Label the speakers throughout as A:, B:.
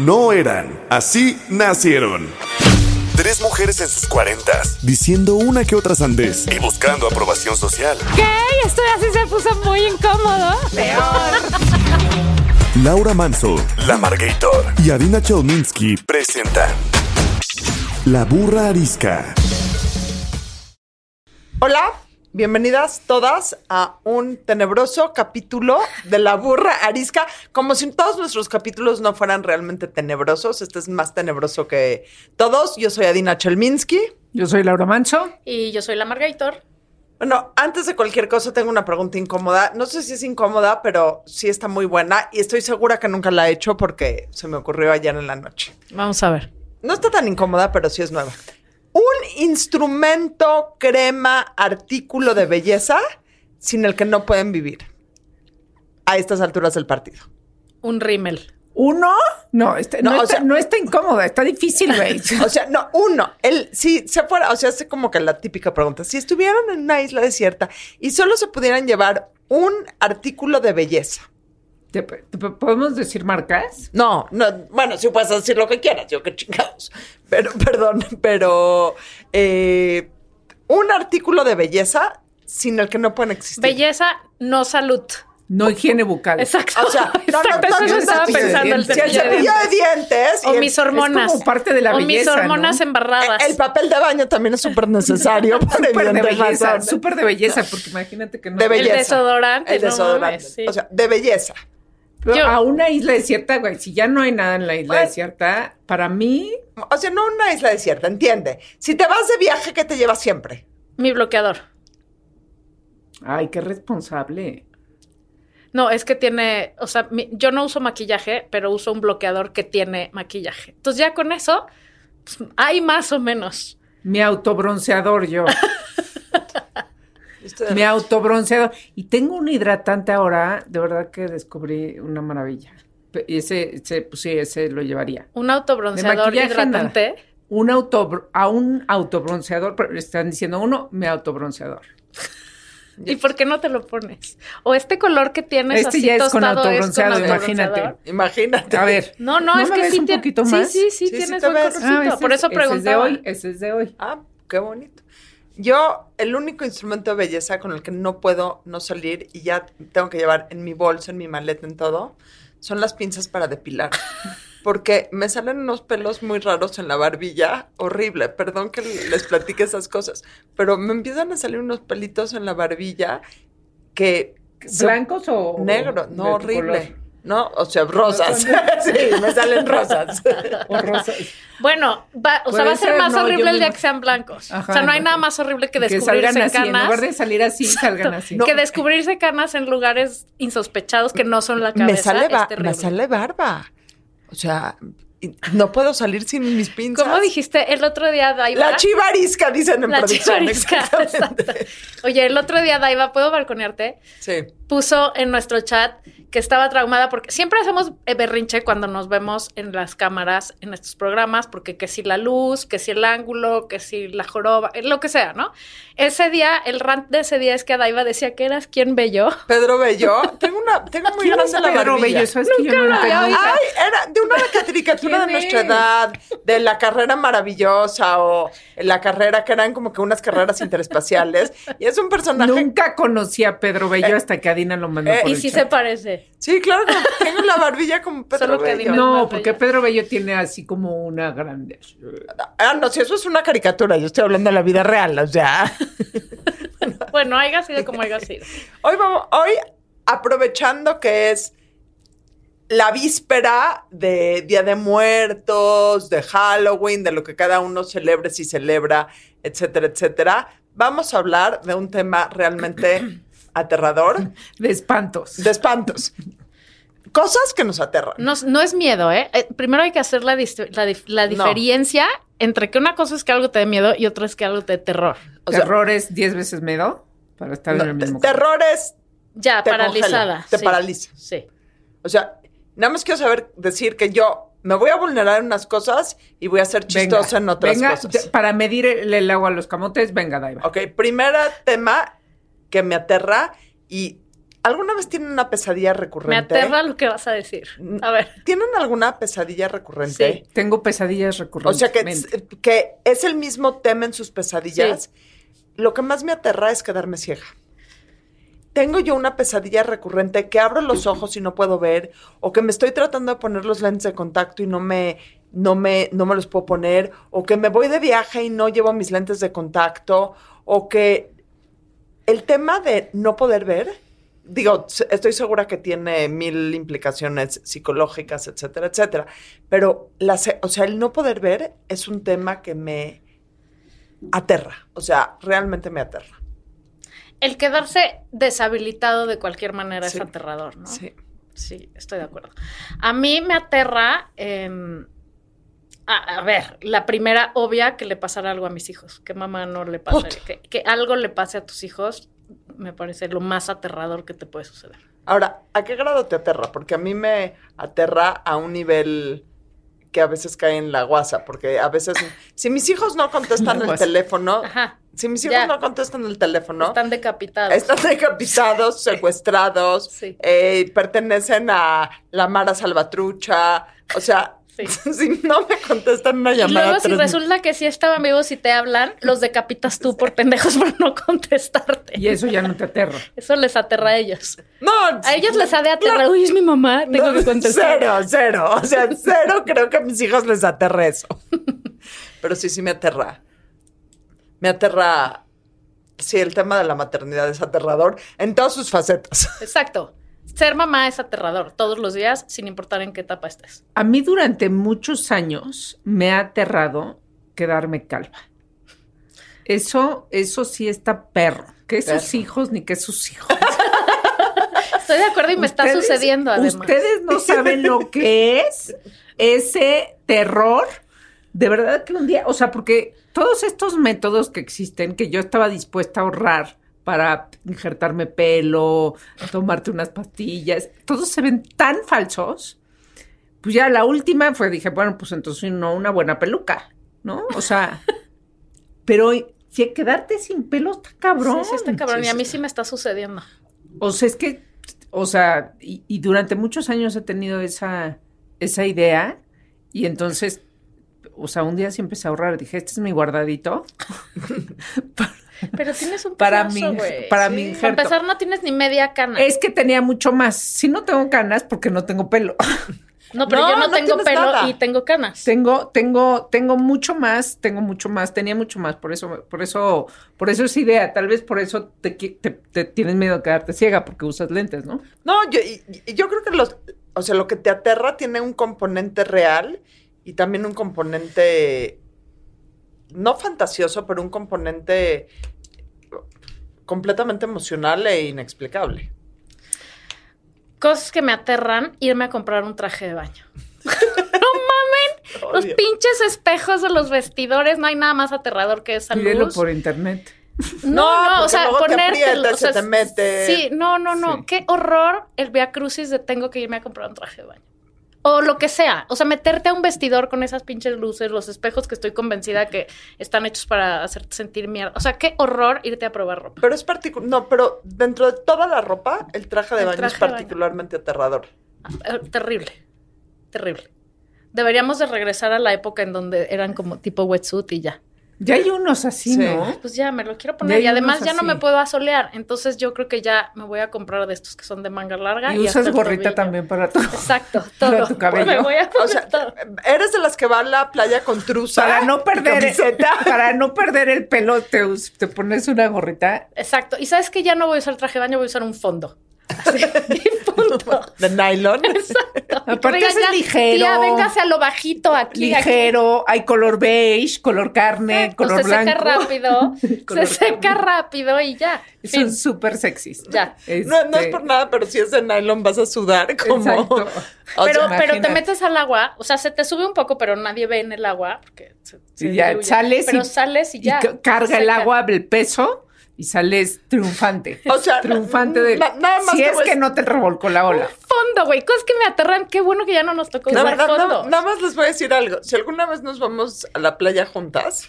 A: No eran, así nacieron. Tres mujeres en sus cuarentas, diciendo una que otra sandez y buscando aprobación social.
B: ¿Qué? Esto así se puso muy incómodo.
A: Laura Manso, La Margator y Adina Chelminsky presentan La Burra Arisca.
C: Hola, bienvenidas todas a un tenebroso capítulo de La Burra Arisca. Como si todos nuestros capítulos no fueran realmente tenebrosos, este es más tenebroso que todos. Yo soy Adina Chelminsky.
D: Yo soy Laura Manso.
B: Y yo soy la Margator.
C: Bueno, antes de cualquier cosa tengo una pregunta incómoda. No sé si es incómoda, pero sí está muy buena y estoy segura que nunca la he hecho porque se me ocurrió ayer en la noche.
B: Vamos a ver.
C: No está tan incómoda, pero sí es nueva. Un instrumento, crema, artículo de belleza sin el que no pueden vivir a estas alturas del partido.
B: Un rímel.
D: ¿Uno? No, este- no,
C: No, o
D: está,
C: sea-
D: no está incómoda, está difícil, güey.
C: O sea, no, uno, el, si se fuera, o sea, es como que la típica pregunta, si estuvieran en una isla desierta y solo se pudieran llevar un artículo de belleza.
D: ¿Te- te- ¿Podemos decir marcas?
C: No, no, bueno, si puedes decir lo que quieras, yo qué chingados. Pero, perdón, pero eh, un artículo de belleza sin el que no pueden existir.
E: Belleza, no salud.
D: No higiene bucal.
E: Exacto.
C: O sea, no, no,
E: Esta-
C: no,
E: eso
C: no,
E: Este estaba
C: no,
E: pensando el
D: no,
C: Si el
E: cepillo de
C: cepillo
E: dientes.
C: de dientes.
E: O
C: y el-
E: mis hormonas.
D: Es como parte de la
E: o
D: belleza,
E: mis hormonas
D: ¿no?
E: embarradas.
C: El papel de baño también es súper necesario. por
D: Súper de
C: evidentes
D: belleza,
C: razones.
D: súper de belleza, porque imagínate que no.
C: De
E: El
C: belleza.
E: desodorante,
C: El
E: no
C: desodorante.
E: mames, sí.
C: O sea, de belleza.
D: Pero
E: Yo-
D: A una isla desierta, güey, si ya no hay nada en la isla
C: Bueno.
D: desierta, para mí,
C: O sea, no una isla desierta, entiende. Si te vas de viaje, ¿qué te llevas siempre?
E: Mi bloqueador.
D: ay, qué responsable.
E: No, es que tiene, o sea, mi- yo no uso maquillaje, pero uso un bloqueador que tiene maquillaje. Entonces ya con eso, pues, hay más o menos.
D: Mi autobronceador, yo. Mi autobronceador. Y tengo un hidratante ahora, de verdad que descubrí una maravilla. Pe- Y ese, ese, pues sí, ese lo llevaría.
E: Un autobronceador
D: maquillaje,
E: hidratante.
D: Un auto, a un autobronceador, pero le están diciendo uno, mi autobronceador.
E: ¿Y por qué no te lo pones? O este color que tienes
D: Este
E: así
D: ya es con
E: tostado
D: autobronceado,
E: es con
D: imagínate.
E: autobronceador.
C: Imagínate.
D: A ver.
E: No, no,
D: ¿No
E: es
D: me
E: que
D: ves
E: sí
D: un
E: tiene-
D: poquito
E: sí,
D: más?
E: Sí, sí,
C: Sí, sí
E: tienes
C: te
E: buen
C: ves.
E: colorcito.
D: Ah, ese
E: Por
D: es-
E: eso preguntaba.
D: Ese es de hoy, ese es de hoy.
C: Ah, qué bonito. Yo, el único instrumento de belleza con el que no puedo no salir y ya tengo que llevar en mi bolso, en mi maleta, en todo, son las pinzas para depilar. Porque me salen unos pelos muy raros en la barbilla, horrible. Perdón que les platique esas cosas, pero me empiezan a salir unos pelitos en la barbilla que
D: ¿Blancos o
C: negro, no
D: de tu
C: horrible. No, o sea, rosas. sí, me salen rosas.
D: color? O rosas.
E: Bueno, va, o
D: Puede
E: sea, va a ser
D: ser,
E: más
D: no, yo
E: horrible
D: me
E: el día
D: imag-
E: que sean blancos.
D: Ajá,
E: o sea, no hay
D: no,
E: nada
D: que-
E: más horrible que
D: Que salgan
E: descubrirse
D: así, en
E: canas.
D: lugar de salir así, salgan así.
E: Que descubrirse canas en lugares insospechados que no son la cabeza.
C: me sale, ba-
E: es terrible.
C: me sale barba. O sea, y no puedo salir sin mis pinzas.
E: ¿Cómo dijiste el otro día, Daiva?
C: La chivarisca, dicen en
E: La
C: producción.
E: chivarisca,
C: exactamente.
E: Oye, el otro día, Daiva, ¿puedo balconearte?
C: Sí.
E: Puso en nuestro chat que estaba traumada porque siempre hacemos eh, berrinche cuando nos vemos en las cámaras, en estos programas, porque que si la luz, que si el ángulo, que si la joroba, eh, lo que sea, ¿no? Ese día, el rant de ese día es que Daiva decía que eras quien bello.
C: Pedro Bello. Tengo una, tengo muy
D: ¿Quién es
C: grande la
D: Pedro
C: barbilla.
D: Bello? Eso es que yo no entiendo.
C: Ay, era de una caricatura de
D: ¿Quién
C: nuestra
D: es?
C: edad, de la carrera maravillosa o la carrera que eran como que unas carreras interespaciales. Y es un personaje.
D: Nunca conocí a Pedro Bello hasta que Adina lo mandó
C: eh,
D: por
E: Y
D: el
E: sí se
D: chat.
E: parece.
C: Sí, claro que tengo la barbilla como Pedro
E: Solo que
C: Bello.
E: dime.
D: No,
E: Más
D: porque
E: bella.
D: Pedro Bello tiene así como una grande.
C: Ah, no, si eso es una caricatura, yo estoy hablando de la vida real, o sea.
E: Bueno, haya sido como haya sido.
C: Hoy vamos, hoy aprovechando que es la víspera de Día de Muertos, de Halloween, de lo que cada uno celebre si celebra, etcétera, etcétera, vamos a hablar de un tema realmente aterrador,
D: De espantos.
C: de espantos. Cosas que nos aterran.
E: No, no es miedo, ¿eh? Eh, Primero hay que hacer la, dis- la dif- la
C: No.
E: diferencia entre que una cosa es que algo te dé miedo y otra es que algo te dé terror.
C: O sea,
D: Terror es 10 veces miedo para estar
C: no,
D: en el
C: te-
D: mismo.
C: terror es
E: Ya,
C: te
E: paralizada.
C: congela, te
E: sí.
C: paraliza.
E: Sí.
C: O sea, nada más quiero saber decir que yo me voy a vulnerar en unas cosas y voy a ser
D: Venga,
C: chistosa en otras
D: venga,
C: cosas.
D: te- para medir el, el agua a los camotes, venga, Daiva.
C: Ok, primer tema que me aterra y ¿alguna vez tienen una pesadilla
E: Me
C: recurrente?
E: aterra lo que vas a decir.
C: Mm.
E: A ver.
C: ¿Tienen alguna pesadilla recurrente?
E: Sí.
D: Tengo pesadillas
C: O
D: recurrentes.
C: sea, que, que es el mismo tema en sus pesadillas. Lo que más me aterra es quedarme ciega. Tengo yo una pesadilla recurrente que abro los ojos y no puedo ver, o que me estoy tratando de poner los lentes de contacto y no me, no me, no me los puedo poner, o que me voy de viaje y no llevo mis lentes de contacto, o que el tema de no poder ver, digo, s- estoy segura que tiene mil implicaciones psicológicas, etcétera, etcétera. Pero, la, se- o sea, el no poder ver es un tema que me aterra. O sea, realmente me aterra.
E: El quedarse deshabilitado de cualquier manera
C: Sí.
E: es aterrador, ¿no? Sí. Sí, estoy de acuerdo. A mí me aterra. em, a, a ver, la primera obvia que le pasará algo a mis hijos, que mamá no le pase,
C: Puta.
E: que, que algo le pase a tus hijos, me parece lo más aterrador que te puede suceder.
C: Ahora, ¿a qué grado te aterra? Porque a mí me aterra a un nivel que a veces cae en la guasa, porque a veces, si mis hijos no contestan el
D: guasa.
C: teléfono,
E: Ajá.
C: si mis hijos
E: Ya.
C: no contestan el teléfono,
E: Están decapitados.
C: Están decapitados, secuestrados,
E: Sí.
C: eh, pertenecen a la Mara Salvatrucha. O sea,
E: Sí.
C: si no me contestan una
E: Y
C: llamada.
E: luego si
C: tres-
E: resulta que sí estaban vivos y te hablan, los decapitas tú por pendejos por no contestarte.
D: Y eso ya no te aterra.
E: Eso les aterra a ellos.
C: No,
E: A ellos les ha de aterrar. Uy, es mi mamá, tengo
C: no,
E: que contestar.
C: Cero, cero. O sea, cero creo que a mis hijos les aterra eso. Pero sí, sí me aterra. Me aterra. Sí, el tema de la maternidad es aterrador en todas sus facetas.
E: Exacto. Ser mamá es aterrador todos los días, sin importar en qué etapa estés.
D: A mí durante muchos años me ha aterrado quedarme calva. Eso, eso sí está perro. Que esos
C: Perro.
D: hijos ni que sus hijos.
E: Estoy de acuerdo y me está
D: Ustedes-
E: sucediendo además.
D: Ustedes no saben lo que es ese terror. De verdad que un día, o sea, porque todos estos métodos que existen, que yo estaba dispuesta a ahorrar para injertarme pelo, tomarte unas pastillas, todos se ven tan falsos. Pues ya la última fue, dije, bueno, pues entonces no, una buena peluca, ¿no? O sea, pero si quedarte sin pelo está cabrón.
E: Sí, sí, está cabrón. Y a mí sí me está sucediendo.
D: O sea, es que, o sea, y, y durante muchos años he tenido esa, esa idea y entonces, o sea, un día sí empecé a ahorrar. Dije, este es mi guardadito
E: Pero tienes un
D: para mi,
E: pedazo, güey.
D: para
C: sí.
D: mi
C: Para
E: Para
D: injerto.
E: empezar, no tienes ni media cana.
D: Es que tenía mucho más. Si no tengo canas, porque no tengo pelo.
E: No, pero
C: No,
E: yo no,
C: no
E: tengo
C: tienes
E: pelo
C: nada.
E: y tengo canas.
D: Tengo, tengo, tengo mucho más, tengo mucho más, tenía mucho más, por eso, por eso, por eso es idea, tal vez por eso te, qui- te- te tienes miedo a quedarte ciega, porque usas lentes, ¿no?
C: No, yo, y- y yo creo que los, o sea, lo que te aterra tiene un componente real y también un componente no fantasioso, pero un componente completamente emocional e inexplicable.
E: Cosas que me aterran, irme a comprar un traje de baño. Los
C: Odio.
E: pinches espejos de los vestidores, no hay nada más aterrador que esa
D: Pídelo
E: luz.
D: por internet.
E: No,
C: No,
E: no,
C: porque
E: o sea,
C: luego te
E: ponértelo.
C: aprietas,
E: o sea,
C: se te mete.
E: Sí, no, no, no.
D: Sí.
E: Qué horror el Via Crucis de tengo que irme a comprar un traje de baño. O lo que sea. O sea, meterte a un vestidor con esas pinches luces, los espejos que estoy convencida que están hechos para hacerte sentir mierda. O sea, qué horror irte a probar ropa.
C: Pero es particular, no, pero dentro de toda la ropa, el traje de
E: El
C: baño
E: traje
C: es
E: de baño.
C: particularmente aterrador.
E: Eh, Terrible. Terrible. Deberíamos de regresar a la época en donde eran como tipo wetsuit y ya.
D: Ya hay unos así,
C: Sí.
D: ¿no?
E: Pues ya me lo quiero
D: Ya
E: poner
D: hay
E: y además
D: unos
E: ya no
D: así.
E: me puedo asolear. Entonces yo creo que ya me voy a comprar de estos que son de manga larga.
D: Y usas
E: Ah, hasta el
D: gorrita
E: tobillo.
D: también para todo.
E: Exacto,
D: Para
E: todo.
D: tu cabello.
E: Me voy a
C: O
E: poner
C: sea,
E: todo.
C: eres de las que va a la playa con trusa.
D: Para no
C: y
D: perder,
C: Ah, camiseta.
D: para no perder el pelo, te, us- te pones una gorrita.
E: Exacto. Y sabes que ya no voy a usar traje de baño, voy a usar un fondo. Así, y punto.
C: De nylon.
E: Exacto. Y
D: Aparte ese es
E: regañar,
D: ligero.
E: Tía, véngase a lo bajito aquí. aquí".
D: Ligero, hay color beige, color
C: Ah,
D: carne,
E: Exacto,
D: color
E: se
D: blanco.
E: seca rápido, se
D: Color
E: seca
D: carne.
E: rápido y ya. Fin.
D: Son súper sexys.
E: Ya.
C: No, no es
D: Este,
C: por nada, pero si es de nylon vas a sudar como.
D: Exacto.
C: O sea,
E: Pero, pero te
D: imagínate.
E: metes al agua, o sea, se te sube un poco, pero nadie ve en el agua. Porque se- se
D: Y ya
E: diluye.
D: sales y-
E: Pero sales y
D: Y
E: ya.
D: ca- carga el
E: Seca.
D: agua, el peso y sales triunfante.
C: O sea,
D: triunfante del.
C: na- nada más
D: si
C: te
D: es
C: voy a-
D: que no te revolcó la ola.
E: Fondo, güey. Cosas que me aterran. Qué bueno que ya Pues no nos tocó
C: La
E: usar
C: verdad,
E: fondo.
C: na- nada más les voy a decir algo. Si alguna vez nos vamos a la playa juntas,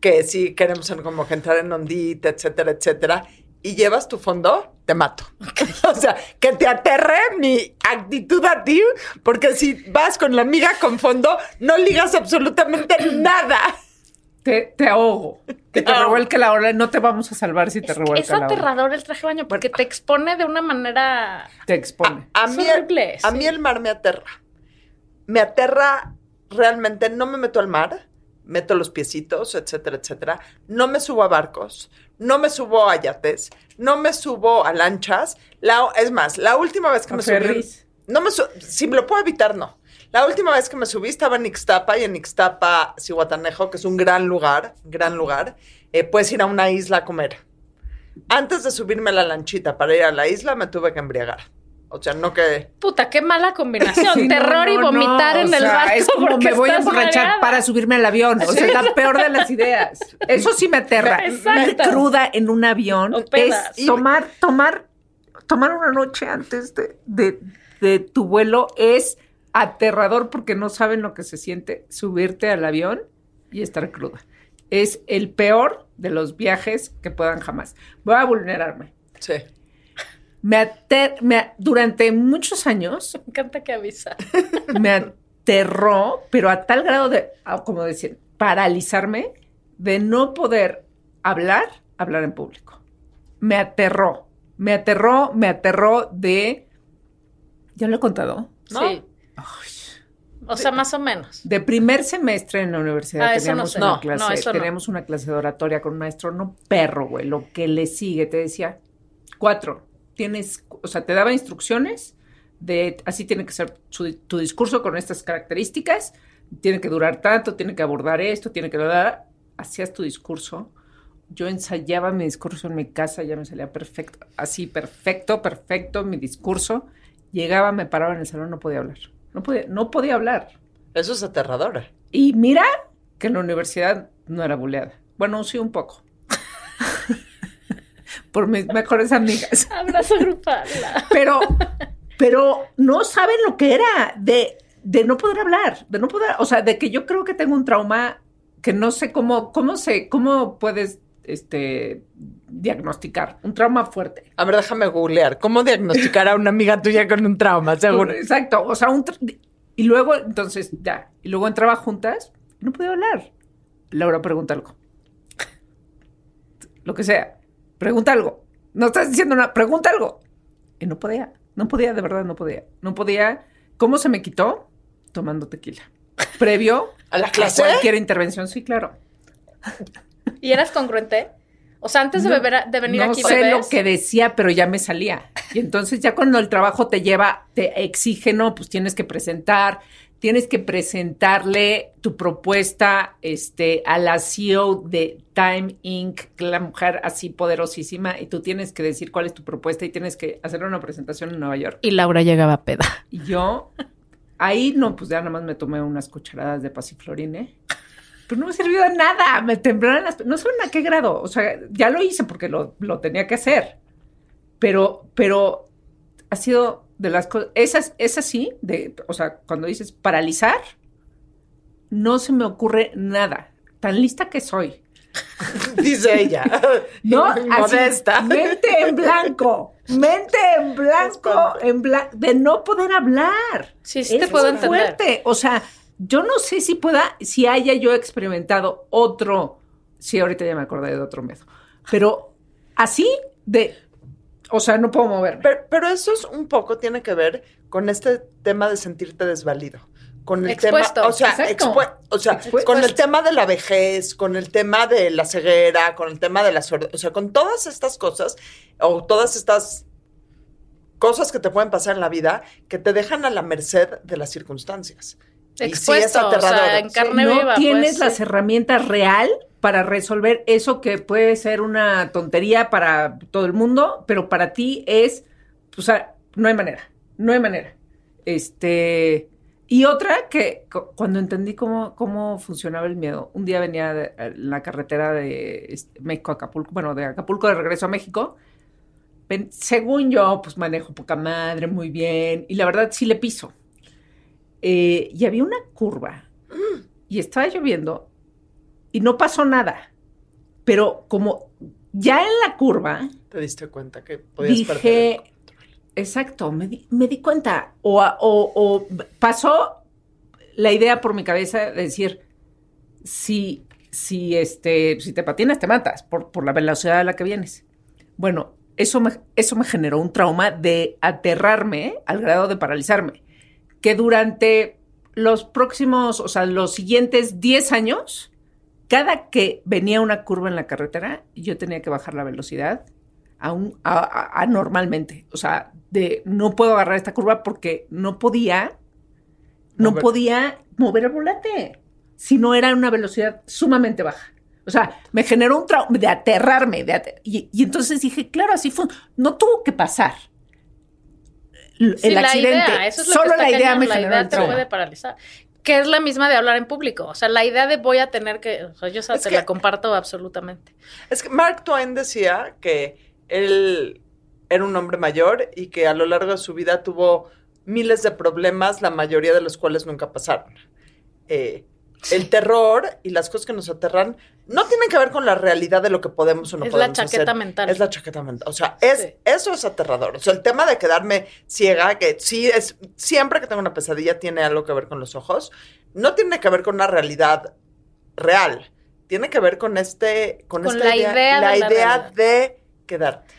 C: que sí queremos en- como que entrar en ondita, etcétera, etcétera, y llevas tu fondo, te mato. O sea, que te aterre mi actitud a ti, porque si vas con la amiga con fondo, no ligas absolutamente nada.
D: Te, te ahogo. Que te
C: ahogo.
D: revuelque la ola. No te vamos a salvar si te
E: Es, que
D: revuelca
E: es
D: la ola.
E: aterrador el traje de baño porque te expone de una manera.
D: Te expone.
C: A
E: Es
C: mí,
E: horrible,
C: a
E: sí.
C: mí el mar me aterra. Me aterra realmente, no me meto al mar, meto los piecitos, etcétera, etcétera. No me subo a barcos, no me subo a yates, no me subo a lanchas. La, es más, la última vez que
D: A
C: me subí...
D: ferries.
C: No me su- si me lo puedo evitar, no. La última vez que me subí estaba en Ixtapa y en Ixtapa, Cihuatanejo, que es un gran lugar, gran lugar, eh, puedes ir a una isla a comer. Antes de subirme a la lanchita para ir a la isla me tuve que embriagar. O sea, no que...
E: Puta, qué mala combinación.
D: Sí, no,
E: Terror y
D: no, no,
E: vomitar
D: o
E: en el
D: sea,
E: barco.
D: Es como
E: porque
D: me voy a
E: estás mareada.
D: emborrachar para subirme al avión. O sea, es la peor de las ideas. Eso sí me aterra.
E: Exacto.
D: Ir cruda en un avión
E: O pedas.
D: es tomar, tomar, tomar una noche antes de, de- de tu vuelo es aterrador porque no saben lo que se siente subirte al avión y estar cruda. Es el peor de los viajes que puedan jamás. Voy a vulnerarme.
C: Sí.
D: Me ater- me- durante muchos años
E: Me encanta que avisa.
D: me aterró, pero a tal grado de, ah, como decir, paralizarme, de no poder hablar, hablar en público. Me aterró, me aterró, me aterró de, ya lo he contado,
C: ¿No?
E: Sí. O sea, más o menos.
D: de primer semestre en la universidad
E: Ah, eso
D: teníamos,
E: no sé.
D: una
E: No,
D: clase,
E: no, eso no.
D: teníamos una clase de oratoria con un maestro, no perro, güey, lo que le sigue, te decía, cuatro, tienes, o sea, te daba instrucciones de, así tiene que ser su- tu discurso con estas características, tiene que durar tanto, tiene que abordar esto, tiene que dar, hacías tu discurso, yo ensayaba mi discurso en mi casa, ya me salía perfecto, así, perfecto, perfecto, mi discurso, llegaba, me paraba en el salón, no podía hablar, no podía, no podía hablar.
C: Eso es aterrador.
D: Y mira que en la universidad no era buleada. Bueno, sí, un poco. Por mis mejores amigas.
E: Abrazo grupal. la-
D: Pero, pero no saben lo que era de, de no poder hablar, de no poder, o sea, de que yo creo que tengo un trauma que no sé cómo, cómo se, cómo puedes este diagnosticar un trauma fuerte.
C: A ver, déjame googlear. ¿Cómo diagnosticar a una amiga tuya con un trauma? Seguro.
D: Exacto, o sea, un tr- y luego, entonces, ya, y luego entraba juntas, no podía hablar. Laura, pregunta algo. Lo que sea, pregunta algo. No estás diciendo nada, pregunta algo. Y no podía, no podía, de verdad, no podía. No podía. ¿Cómo se me quitó? Tomando tequila. Previo
C: ¿A la clase?
D: cualquier intervención, sí, claro.
E: ¿Y eras congruente? O sea, antes de,
D: No,
E: beber a- de venir
D: no
E: aquí,
D: sé
E: bebés,
D: lo que decía, pero ya me salía. Y entonces ya cuando el trabajo te lleva, te exige, no, pues tienes que presentar, tienes que presentarle tu propuesta este, a la CEO de Time Inc., que la mujer así poderosísima, y tú tienes que decir cuál es tu propuesta y tienes que hacer una presentación en Nueva York.
B: Y Laura llegaba peda.
D: Y yo, ahí no, pues ya nada más me tomé unas cucharadas de pasiflorine. Pero no me sirvió de nada, me temblaron las... No sé a qué grado, o sea, ya lo hice porque lo, lo tenía que hacer. Pero, pero ha sido de las cosas... Esas, esas sí, de, o sea, cuando dices paralizar, no se me ocurre nada. Tan lista que soy.
C: Dice ella.
D: No,
C: Y muy
D: así,
C: modesta.
D: mente en blanco, mente en blanco, en blanco, de no poder hablar.
E: Sí, sí te
D: Es
E: puedo
D: muy
E: entender.
D: fuerte. O sea, yo no sé si pueda, si haya yo experimentado otro, sí, ahorita ya me acordé de otro miedo, pero así de, o sea, no puedo moverme.
C: Pero, pero eso es un poco tiene que ver con este tema de sentirte desvalido. Con el
E: Expuesto,
C: tema, o sea,
E: exacto.
C: expue- o sea,
D: Expuesto.
C: con el tema de la vejez, con el tema de la ceguera, con el tema de la sordera, o sea, con todas estas cosas o todas estas cosas que te pueden pasar en la vida que te dejan a la merced de las circunstancias. Y sí es
E: Expuesto, o
C: aterrador.
E: sea, en carne
D: no
E: viva.
D: tienes
E: pues,
D: las
E: sí.
D: herramientas real para resolver eso que puede ser una tontería para todo el mundo, pero para ti es, o sea, no hay manera, no hay manera. Este, y otra que cu- cuando entendí cómo, cómo funcionaba el miedo, un día venía de- en la carretera de este, México a Acapulco, bueno, de Acapulco de regreso a México, ven- según yo, pues manejo poca madre, muy bien, y la verdad sí le piso. Eh, y había una curva y estaba lloviendo y no pasó nada. Pero como ya en la curva,
C: Te diste cuenta que podías perder.
D: dije, exacto, me di, me di cuenta. O, a- o- o pasó la idea por mi cabeza de decir, si, si, este, si te patinas, te matas por, por la velocidad a la que vienes. Bueno, eso me, eso me generó un trauma de aterrarme al grado de paralizarme, que durante los próximos, o sea, los siguientes 10 años, cada que venía una curva en la carretera, yo tenía que bajar la velocidad a un- a- a- a normalmente. O sea, de no puedo agarrar esta curva porque no podía, no
C: Mover.
D: podía mover el volante, si no era una velocidad sumamente baja. O sea, me generó un trauma de aterrarme. de ate- y, y entonces dije, claro, así fue. No tuvo que pasar el
E: Sí, la
D: accidente.
E: idea, eso es lo
D: Solo
E: que está
D: la idea
E: cañón,
D: me
E: la
D: generó
E: idea
D: el
E: te
D: trauma.
E: puede paralizar. Que es la misma de hablar en público. O sea, la idea de voy a tener que. O sea, yo esa
C: Es
E: te
C: que-
E: la comparto absolutamente.
C: Es que Mark Twain decía que él era un hombre mayor y que a lo largo de su vida tuvo miles de problemas, la mayoría de los cuales nunca pasaron. Eh, el terror y las cosas que nos aterran no tienen que ver con la realidad de lo que podemos o no
E: Es la
C: podemos
E: chaqueta
C: hacer.
E: mental.
C: Es la chaqueta mental. O sea, es,
E: Sí.
C: eso es aterrador. O sea, el tema de quedarme ciega, que sí es, siempre que tengo una pesadilla tiene algo que ver con los ojos, no tiene que ver con una realidad real. Tiene que ver con este, con,
E: Con
C: esta
E: la idea de
C: la
E: la
C: idea
E: realidad.
C: de quedarte.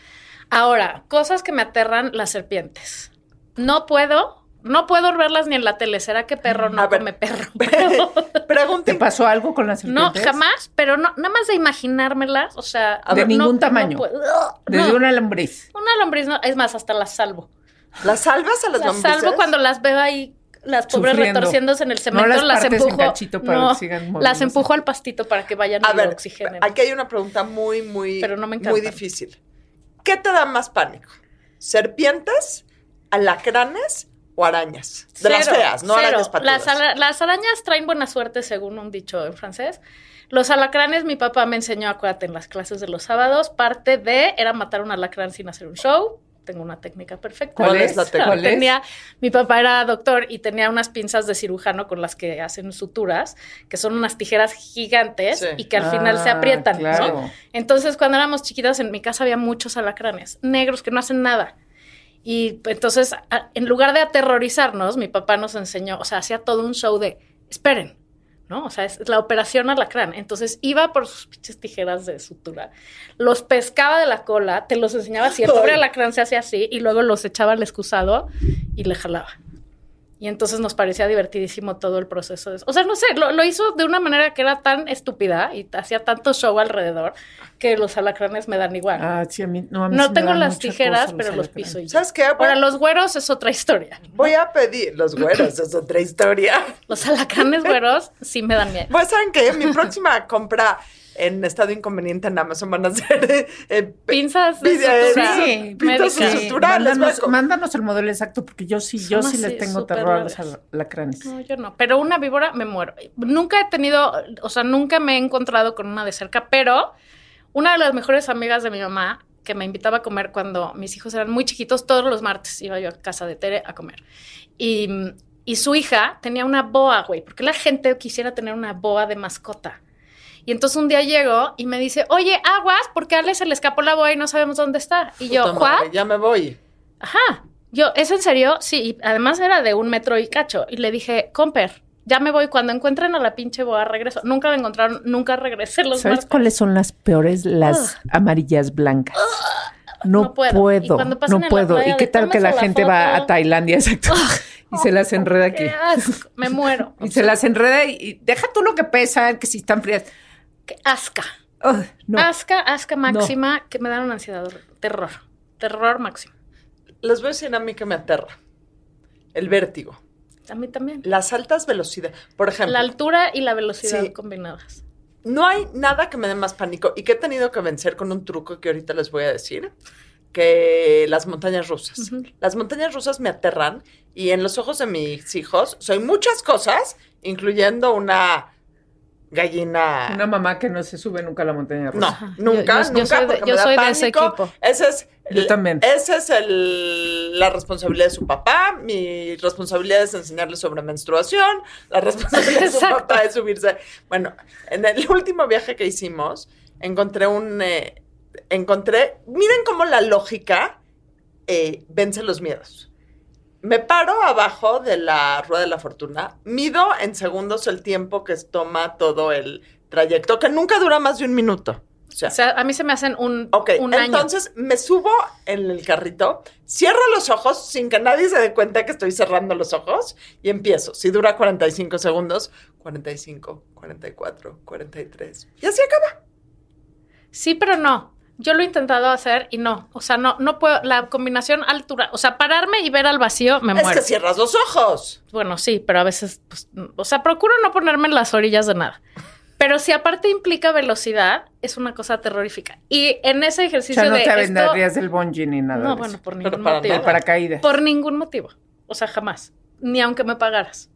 E: Ahora, cosas que me aterran las serpientes. No puedo, no puedo verlas ni en la tele. ¿Será que perro no
C: Mm, A ver.
E: come perro? Pero-
D: ¿Te
C: Pregunten.
D: pasó algo con las
E: no,
D: serpientes?
E: jamás, pero no, nada más de imaginármelas, o sea,
D: A ver,
E: no-
D: ningún
E: no
D: tamaño.
E: puedo.
D: Desde
E: No,
D: una lombriz.
E: una lombriz no, es más, hasta las salvo.
C: ¿Las salvas a las,
E: Las
C: lombrices?
E: salvo cuando las veo ahí, las pobres
D: Sufriendo.
E: retorciéndose en el
D: No
E: cemento,
D: las,
E: las,
D: partes en
E: empujo.
D: cachito para
E: no,
D: que sigan
E: las
D: moviéndose.
E: empujo al pastito para que vayan
C: A
E: y lo
C: ver,
E: oxigenen.
C: aquí hay una pregunta muy, muy,
E: Pero no me encantan.
C: muy difícil. ¿Qué te da más pánico? ¿Serpientes, alacranes o arañas? De las
E: Cero,
C: feas, no
E: cero.
C: arañas patudas.
E: Las, ara- las arañas traen buena suerte, según un dicho en francés. Los alacranes, mi papá me enseñó, acuérdate, en las clases de los sábados, parte de era matar un alacrán sin hacer un show. Tengo una técnica perfecta.
D: ¿Cuál
C: ¿Cuál es es? la técnica?
D: ¿Cuál es?
E: Tenía- mi papá era doctor y tenía unas pinzas de cirujano con las que hacen suturas, que son unas tijeras gigantes
C: Sí.
E: y que al final se
D: Ah,
E: aprietan, ¿no?
D: claro.
E: Entonces, cuando éramos chiquitas, en mi casa había muchos alacranes negros que no hacen nada. Y pues, entonces, a- en lugar de aterrorizarnos, mi papá nos enseñó, o sea, hacía todo un show de, esperen, ¿no? O sea, es la operación alacrán. Entonces, iba por sus pinches tijeras de sutura, los pescaba de la cola, te los enseñaba así, el pobre
C: Ay.
E: alacrán se hacía así, y luego los echaba al excusado y le jalaba. Y entonces nos parecía divertidísimo todo el proceso. de- O sea, no sé, lo, lo hizo de una manera que era tan estúpida y t- hacía tanto show alrededor que los alacranes me dan igual.
D: Ah, sí, a mí, no, a mí sí
E: no
D: me
E: tengo
D: dan
E: las
D: mucha
E: tijeras,
D: cosa
E: pero los
D: alacranes.
E: piso y ya.
C: ¿Sabes qué? Voy,
E: Para los güeros es otra historia.
C: voy a pedir los güeros, es otra historia.
E: Los alacranes güeros sí me dan miedo.
C: Pues saben que mi próxima compra en estado inconveniente en Amazon van a ser eh, pe-
E: Pinzas de
C: Pide-
E: sutura
D: sí,
C: pinzas de
E: médicas.
D: Sí,
C: sutura, les voy a
D: mándanos,
C: co-
D: mándanos el modelo exacto porque yo sí, yo
E: Son
D: sí
E: así,
D: les tengo
E: súper
D: terror a los
E: raras.
D: alacranes.
E: No, yo no. Pero una víbora me muero. Nunca he tenido, o sea, nunca me he encontrado con una de cerca, pero una de las mejores amigas de mi mamá que me invitaba a comer cuando mis hijos eran muy chiquitos, todos los martes iba yo a casa de Tere a comer. Y, y su hija tenía una boa, güey, porque la gente quisiera tener una boa de mascota. Y entonces un día llego y me dice, oye, aguas, porque a Ale se le escapó la boa y no sabemos dónde está. Y yo,
C: Puta
E: ¿cuál?
C: madre, Ya me voy.
E: Ajá. Yo, ¿es en serio? Sí, y además era de un metro y cacho. Y le dije, Comper, ya me voy. Cuando encuentren a la pinche boa, regreso. Nunca la encontraron, nunca regresé los
D: ¿Sabes
E: martes.
D: cuáles son las peores? Las amarillas blancas. No,
E: Ah, No puedo.
D: puedo,
E: Y cuando pasan en
D: no
E: la
D: puedo.
E: playa
D: ¿Y
E: de
D: qué tal que la,
E: tómase la
D: gente va
E: foto? Ah.
D: a Tailandia, exacto? y se las enreda aquí.
E: ¡Qué asco! Me muero.
D: Y se las enreda y, y deja tú lo que pesa, que si están frías.
E: ¡Qué asca!
D: Ugh, no.
E: Ah. Asca, asca máxima, que me dan una ansiedad, horrible. terror. Terror máximo.
C: les voy a decir a mí que me aterra. El vértigo.
E: A mí también.
C: Las altas velocidades. Por ejemplo,
E: La altura y la velocidad
C: Sí.
E: combinadas.
C: no hay nada que me dé más pánico y que he tenido que vencer con un truco que ahorita les voy a decir, que las montañas rusas.
E: Ujú.
C: Las montañas rusas me aterran y en los ojos de mis hijos soy muchas cosas, incluyendo una gallina.
D: Una mamá que no se sube nunca a la montaña rusa.
C: No, nunca,
E: Yo- yo- yo
C: nunca,
E: soy de-
C: porque
E: yo
C: me da
E: soy de
C: pánico.
E: ese equipo.
C: Ese es,
D: Yo también.
C: Esa es el- la responsabilidad de su papá. Mi responsabilidad es enseñarle sobre menstruación. La responsabilidad de su
E: Exacto.
C: papá es subirse. Bueno, en el último viaje que hicimos, encontré un... eh, encontré... Miren cómo la lógica eh, vence los miedos. Me paro abajo de la rueda de la fortuna, mido en segundos el tiempo que toma todo el trayecto, que nunca dura más de un minuto. O sea,
E: O sea, a mí se me hacen un,
C: ok,
E: un año.
C: entonces me subo en el carrito, cierro los ojos sin que nadie se dé cuenta que estoy cerrando los ojos y empiezo. Si dura 45 segundos, 45, 44, 43. Y así acaba.
E: Sí, pero no. Yo lo he intentado hacer y no. O sea, no, no puedo. La combinación altura. O sea, pararme y ver al vacío me
C: Es
E: muero.
C: que cierras los ojos.
E: Bueno, sí, pero a veces, pues, n- o sea, procuro no ponerme en las orillas de nada. Pero si aparte implica velocidad, es una cosa terrorífica. Y en ese
D: O
E: ejercicio
D: sea, no
E: de
D: te
E: esto-
D: aventarías el bungee ni nada.
E: No,
D: de
E: bueno,
D: eso.
E: por
C: Pero
E: ningún
C: para
E: motivo.
D: El paracaídas.
E: Por ningún motivo. O sea, jamás. Ni aunque me pagaras.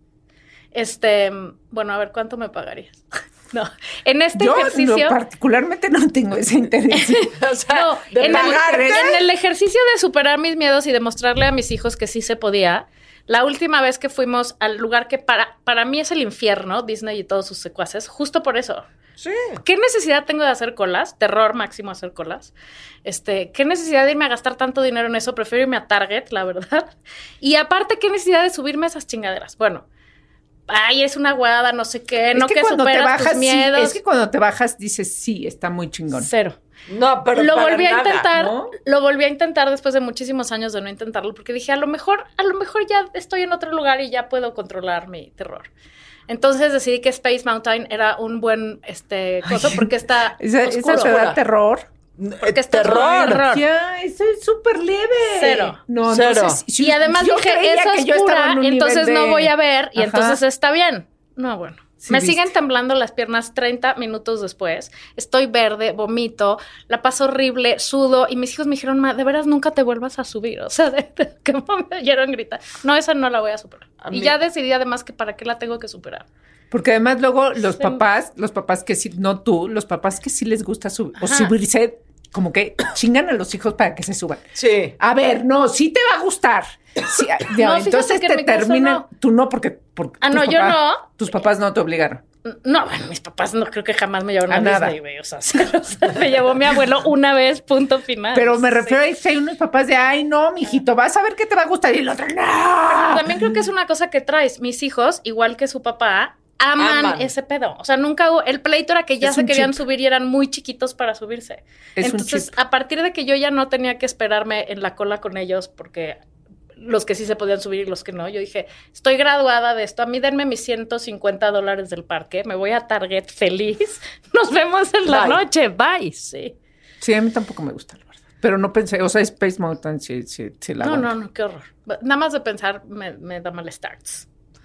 E: Este, bueno, a ver, ¿cuánto me pagarías? no. En este
D: Yo
E: ejercicio.
D: no, particularmente no tengo ese interés.
C: O sea,
E: No,
C: de
E: en,
C: pagar,
E: el,
C: ¿eh?
E: en el ejercicio de superar mis miedos y demostrarle a mis hijos que sí se podía, la última vez que fuimos al lugar que para, para mí es el infierno, Disney y todos sus secuaces, justo por eso.
C: Sí.
E: ¿Qué necesidad tengo de hacer colas? Terror máximo hacer colas. Este, ¿Qué necesidad de irme a gastar tanto dinero en eso? Prefiero irme a Target, la verdad. Y aparte, ¿qué necesidad de subirme a esas chingaderas? Bueno, ay, es una guada, no sé qué, no que, superas tus
D: sí,
E: miedos.
D: es que cuando te bajas dices, sí, está muy chingón.
E: Cero
C: No, pero
E: lo
C: para
E: volví a
C: nada.
E: intentar,
D: ¿no?
E: lo volví a intentar después de muchísimos años de no intentarlo, porque dije, a lo mejor, a lo mejor ya estoy en otro lugar y ya puedo controlar mi terror. Entonces decidí que Space Mountain era un buen este coso porque está
D: Esa, esa
E: oscuro.
D: te da terror.
C: Eh,
E: está
C: terror.
E: horrible. Terror.
D: Ya, eso es súper leve.
E: Cero.
D: No,
C: Cero.
D: entonces, si-
E: y además
D: yo
E: dije,
D: creía
E: es
D: que yo estaba
E: oscura,
D: en un nivel
E: entonces
D: de-
E: no voy a ver y
D: Ajá.
E: entonces está bien. No, bueno.
D: Sí,
E: Me
D: viste.
E: siguen temblando las piernas 30 minutos después. Estoy verde, vomito, la paso horrible, sudo y mis hijos me dijeron, "Ma, de veras nunca te vuelvas a subir. O sea, de, de- que me oyeron gritar. No, esa no la voy a superar.
C: A
E: y
C: mí-
E: ya decidí además que para qué la tengo que superar.
D: Porque además luego los
E: Sí.
D: papás, los papás que sí, no tú, los papás que sí les gusta subir o
E: Ajá.
D: subirse, como que chingan a los hijos para que se suban.
C: Sí.
D: A ver, no, sí te va a gustar. Sí, ya,
E: fíjate
D: entonces
E: que en
D: te
E: mi caso
D: terminan,
E: no.
D: tú no, porque, porque
E: Ah,
D: tus
E: no, yo
D: papás-
E: no.
D: Tus papás no te obligaron.
E: No, bueno, mis papás no creo que jamás me llevaron
D: A
E: a,
D: nada.
E: Disney, güey. O sea, o sea, me llevó mi abuelo una vez, punto final.
D: Pero me
E: Ah, Sí. Ah.
D: refiero a que hay unos papás de, ay, no, mijito, vas a ver qué te va a gustar. Y el otro, no.
E: También creo que es una cosa que traes. Mis hijos, igual que su papá, aman,
C: Aman.
E: ese pedo. O sea, nunca hubo. El pleito era que ya
D: Es
E: se
D: un
E: querían
D: chip.
E: subir y eran muy chiquitos para subirse.
D: Es un
E: Entonces,
D: chip.
E: a partir de que yo ya no tenía que esperarme en la cola con ellos porque los que sí se podían subir y los que no, yo dije, estoy graduada de esto, a mí denme mis 150 dólares del parque, me voy a Target feliz, nos vemos en la
C: Bye.
E: noche, bye, sí.
D: Sí, a mí tampoco me gusta, la verdad. Pero no pensé, o sea, Space Mountain sí, sí, sí la
E: No,
D: aguanto.
E: no, no, qué horror. Nada más de pensar me, me da malestar.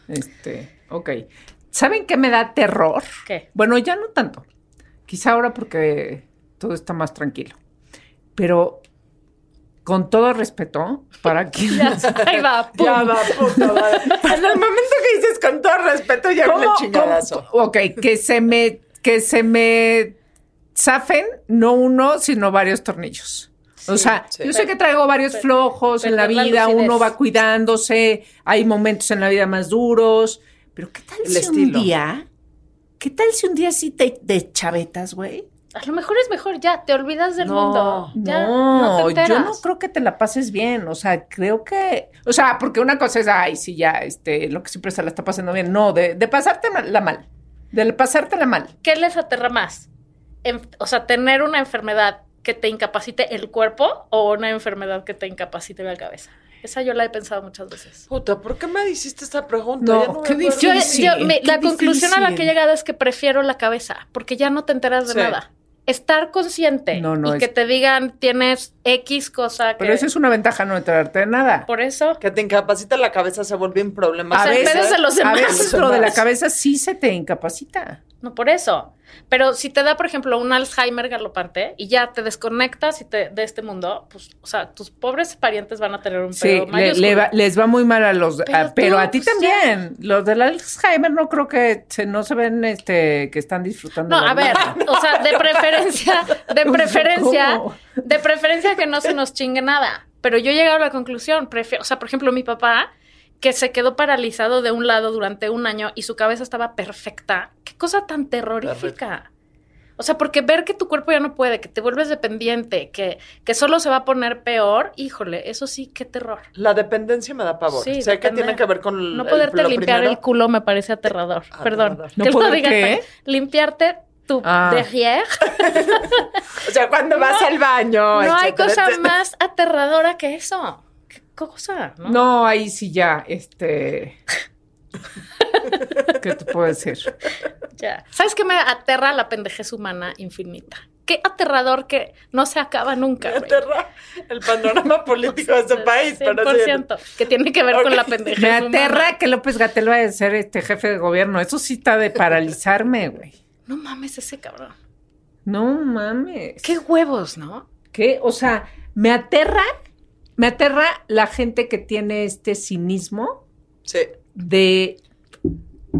D: Este, ok. ¿Saben qué me da terror?
E: ¿Qué?
D: Bueno, ya no tanto. Quizá ahora porque todo está más tranquilo. Pero con todo respeto, para
E: Ya,
D: quienes...
E: ahí va, pum.
C: Ya va, puta madre. En el momento que dices con todo respeto, ya
D: ¿Cómo-
C: un chingadazo.
D: cómo- ok, que se me, que se me zafen no uno, sino varios tornillos. o
C: Sí,
D: sea,
C: sí.
D: yo sé que traigo varios
E: per-
D: flojos en la
E: perder la
D: vida,
E: lucidez.
D: uno va cuidándose, hay momentos en la vida más duros, pero ¿qué tal
C: El
D: si
C: estilo.
D: un día, qué tal si un día sí te, te chavetas, güey?
E: A lo mejor es mejor ya, te olvidas del
C: No,
E: mundo. Ya, no,
D: no,
E: te enteras.
D: yo no creo que te la pases bien. O sea, creo que. O sea, porque una cosa es, ay, sí, ya, este, lo que siempre se la está pasando bien. No, de, de pasarte la mal. De pasártela mal.
E: ¿Qué les aterra más? En- o sea, tener una enfermedad que te incapacite el cuerpo o una enfermedad que te incapacite la cabeza. Esa yo la he pensado muchas veces.
C: Puta, ¿por qué me hiciste esta pregunta? Ya
D: No,
C: me
D: qué
C: acuerdo.
E: Yo,
D: difícil.
E: yo- me-
D: qué
E: la conclusión a la que he
D: difícil.
E: llegado es que prefiero la cabeza, porque ya no te enteras de
C: Sí.
E: nada. estar consciente
D: No, no,
E: y
D: es-
E: que te digan tienes X cosa que...
D: Pero eso es una ventaja no enterarte de nada.
E: Por eso.
C: Que te incapacita la cabeza se vuelve un problema.
E: A
C: social.
E: veces- pedos de los
D: a
E: demás.
D: veces lo de la cabeza sí se te incapacita.
E: No por eso. Pero si te da, por ejemplo, un Alzheimer galopante y ya te desconectas y te, de este mundo, pues, o sea, tus pobres parientes van a tener un
D: Sí,
E: pedo
D: le-
E: mayúsculo.
D: le va- les va muy mal a los... a- Pero,
E: Pero
D: a,
E: tú,
D: ti
E: pues, ya.
D: también. Los del Alzheimer no creo que se, no se ven este, que están disfrutando.
E: No,
D: de
E: a ver,
D: nada.
E: o sea, de preferencia, de
D: ¿Cómo?
E: preferencia, de preferencia que no se nos chingue nada. Pero yo he llegado a la conclusión, prefiero, o sea, por ejemplo, mi papá, que se quedó paralizado de un lado durante un año y su cabeza estaba perfecta. Qué cosa tan terrorífica. O sea, porque ver que tu cuerpo ya no puede, que te vuelves dependiente, que, que solo se va a poner peor, híjole, eso sí, qué terror.
C: La dependencia me da pavor.
E: Sí,
C: sé que
E: depender.
C: tiene que ver con el-
E: No poderte
C: lo
E: limpiar
C: primero.
E: el culo me parece aterrador.
C: Aterrador.
E: Perdón.
D: ¿No
E: que
D: poder
E: diga
D: qué?
E: tan- Limpiarte tu
D: Ah.
E: derrière.
C: O sea, cuando vas al baño.
E: No hay
C: etcétera,
E: cosa
C: etcétera.
E: más aterradora que eso. ¿Qué cosa? ¿no?
D: No, ahí sí ya, este... ¿Qué te puedo decir?
E: Ya. ¿Sabes qué me aterra la pendejez humana infinita? Qué aterrador que no se acaba nunca.
C: Me
E: güey.
C: aterra el panorama político de este país. Pero sí.
E: 100%, que tiene que ver con la pendejez
D: Me
E: humana.
D: aterra que López Gatel vaya a ser este jefe de gobierno. Eso sí está de paralizarme, güey.
E: No mames ese cabrón.
D: No mames.
E: Qué huevos, ¿no?
D: ¿Qué? O sea, me aterra, me aterra la gente que tiene este cinismo
C: Sí.
D: de,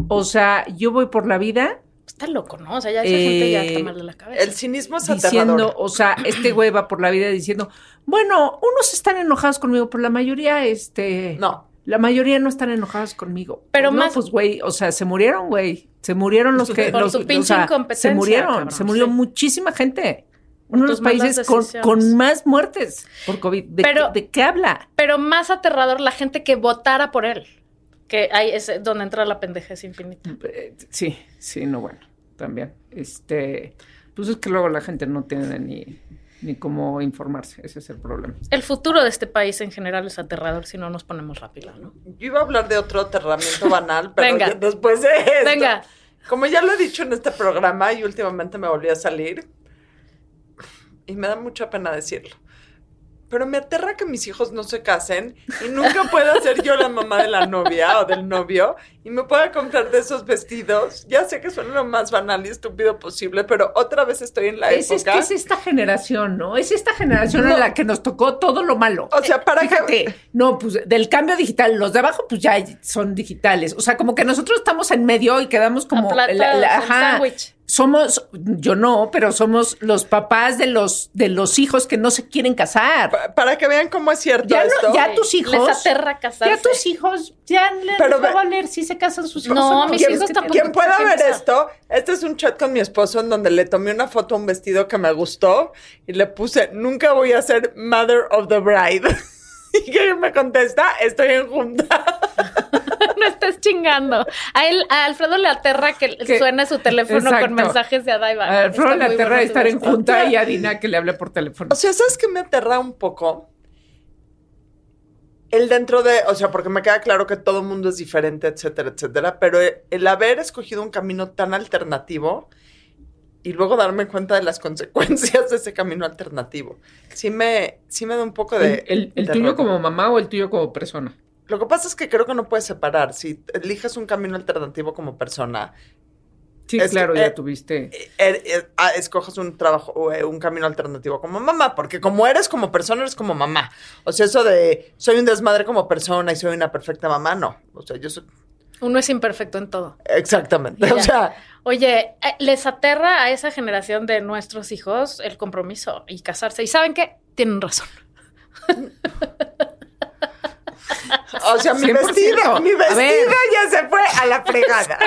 D: o sea, yo voy por la vida
E: Está loco, ¿no? O sea, ya esa gente ya
D: Eh,
E: está mal de la cabeza.
C: El cinismo es
D: diciendo,
C: aterrador.
D: o sea, este güey va por la vida diciendo, bueno, unos están enojados conmigo, pero la mayoría, este,
C: No.
D: la mayoría no están enojados conmigo.
E: Pero
D: No,
E: más-
D: pues güey, o sea, se murieron, güey, se murieron los que,
E: Por
D: los,
E: tu
D: o
E: pinche
D: sea, se
E: incompetencia,
D: murieron,
E: cabrón,
D: se murió
E: sí.
D: muchísima gente. Uno de los
E: tus malas
D: países con,
E: decisiones.
D: con más muertes por COVID. ¿De,
E: Pero-
D: qué, ¿De qué habla?
E: Pero más aterrador la gente que votara por él. Que ahí es donde entra la pendejez infinita.
D: Eh, Sí, sí, no, bueno, también. Este, pues es que luego la gente no tiene ni, ni cómo informarse, ese es el problema.
E: El futuro de este país en general es aterrador si no nos ponemos rápido, ¿no?
C: Yo iba a hablar de otro aterramiento banal, pero
E: Venga.
C: ya después de esto.
E: Venga.
C: Como ya lo he dicho en este programa y últimamente me volví a salir, y me da mucha pena decirlo, pero me aterra que mis hijos no se casen y nunca pueda ser yo la mamá de la novia o del novio y me pueda comprar de esos vestidos. Ya sé que suena lo más banal y estúpido posible, pero otra vez estoy en la
D: Es, es
C: época.
D: que es esta generación, ¿no? Es esta generación en la que nos tocó todo lo malo.
C: O sea, para
D: Fíjate,
C: que...
D: no, pues del cambio digital, los de abajo pues ya son digitales. O sea, como que nosotros estamos en medio y quedamos como...
E: Aplastados, el sándwich.
D: Somos, yo no, pero somos los papás de los, de los hijos que no se quieren casar.
C: pa- Para que vean cómo es cierto
D: ya, no-
C: esto.
D: ya tus hijos.
E: Les aterra casarse.
D: Ya tus hijos. Ya les
C: Pero
D: va a
C: ve-
D: valer si se casan sus hijos.
E: No,
D: o
E: mis
D: Es
E: hijos
D: que
E: tampoco.
C: Quien
D: tienen-
C: pueda
E: Porque
C: ver
E: piensa-
C: esto, este es un chat con mi esposo en donde le tomé una foto a un vestido que me gustó y le puse, nunca voy a ser mother of the bride. Y que me contesta, estoy en junta.
E: No estás chingando. A, él, a Alfredo le aterra que
D: Que-
E: suene su teléfono
D: Exacto.
E: con mensajes de Adaiba.
D: A ver, Flor
E: Está
D: la
E: muy
D: aterra de
E: bueno tu
D: estar en
E: respuesta.
D: junta y a Dina que le habla por teléfono.
C: O sea, ¿sabes qué me aterra un poco? El dentro de, o sea, porque me queda claro que todo mundo es diferente, etcétera, etcétera, pero el haber escogido un camino tan alternativo y luego darme cuenta de las consecuencias de ese camino alternativo, sí me, sí me da un poco de...
D: ¿El, el- el
C: de
D: tuyo
C: rollo.
D: como mamá o el tuyo como persona?
C: Lo que pasa es que creo que no puedes separar. Si eliges un camino alternativo como persona,
D: Sí,
C: Es que,
D: claro,
C: eh,
D: ya tuviste.
C: eh, eh, eh, ah, escojas un trabajo, o, eh, un camino alternativo como mamá, porque como eres como persona, eres como mamá. O sea, eso de soy un desmadre como persona y soy una perfecta mamá, no. O sea, yo soy.
E: Uno es imperfecto en todo.
C: Exactamente.
E: Ya.
C: O sea,
E: Oye, eh, les aterra a esa generación de nuestros hijos el compromiso y casarse. ¿Y saben qué? Tienen razón.
C: o sea, mi
D: 100%.
C: vestido, mi
D: A ver.
C: vestido ya se fue a la fregada.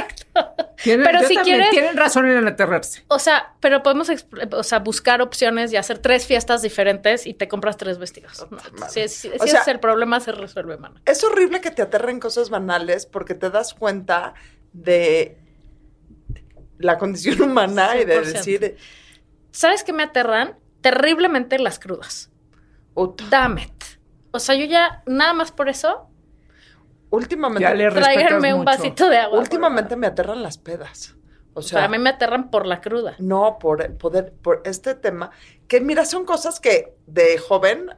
D: Tienen,
E: pero
D: yo
E: si
D: también-
E: quieres-
D: tienen razón en aterrarse.
E: O sea, pero podemos expl- o sea, buscar opciones y hacer tres fiestas diferentes y te compras tres vestidos. No,
C: madre.
E: si es- si
C: O sea-
E: es el problema, se resuelve, mano.
C: Es horrible que te aterren cosas banales porque te das cuenta de la condición humana y de
E: 100%.
C: decir,
E: ¿Sabes qué me aterran? Terriblemente las crudas.
C: "Ut-
E: Damn it. O sea, yo ya nada más por eso,
C: últimamente
D: Ya le respetas
E: tráiganme un
D: mucho.
E: vasito de agua. por
C: Últimamente me aterran las pedas. O
E: O sea,
C: sea,
E: a mí me aterran por la cruda.
C: no por poder, por este tema, que mira, son cosas que de joven,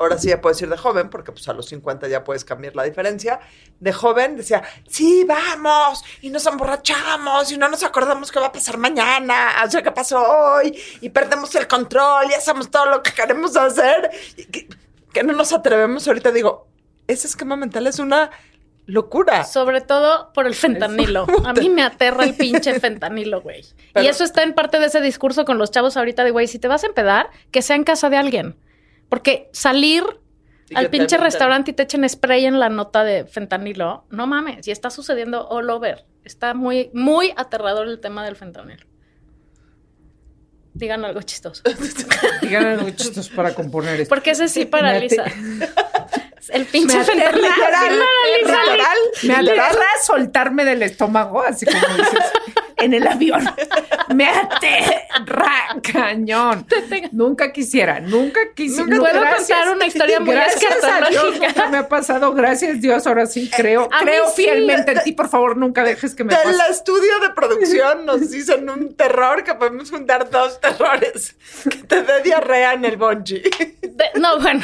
C: ahora sí ya puedes ir de joven, porque pues a los 50 ya puedes cambiar la diferencia, de joven decía, sí, vamos, y nos emborrachamos, y no nos acordamos qué va a pasar mañana, o sea, qué pasó hoy, y perdemos el control, y hacemos todo lo que queremos hacer, y que, que no nos atrevemos ahorita, digo, ese esquema mental es una locura.
E: Sobre todo por el fentanilo. A mí me aterra el pinche fentanilo, güey.
C: Pero-
E: y eso está en parte de ese discurso con los chavos ahorita de, güey, si te vas a empedar, que sea en casa de alguien. Porque salir
C: Y que
E: al
C: te
E: pinche
C: metan-
E: restaurante y te echen spray en la nota de fentanilo, no mames. Y está sucediendo all over. Está muy, muy aterrador el tema del fentanilo. Digan algo chistoso.
D: Digan algo chistoso para componer esto.
E: Porque ese sí
D: Me ate-
E: paraliza. El pinche
D: Me aterra,
E: fentanilo.
D: literal,
E: Paraliza,
C: literal,
D: Me
C: literal.
D: aterra soltarme del estómago, así como dices, en el avión. Me aterra, cañón. Nunca quisiera, nunca quisiera.
E: Nunca puedo contar una historia muy
D: gracias a Dios,
E: escatológica.
D: nunca me ha pasado, gracias Dios, ahora sí creo,
E: A mí
D: creo
E: sí.
D: fielmente en ti, por favor, nunca dejes que me pase.
C: Del estudio de producción nos dicen un terror que podemos juntar dos terrores. Que te dé diarrea en el bungee.
E: De- no, bueno,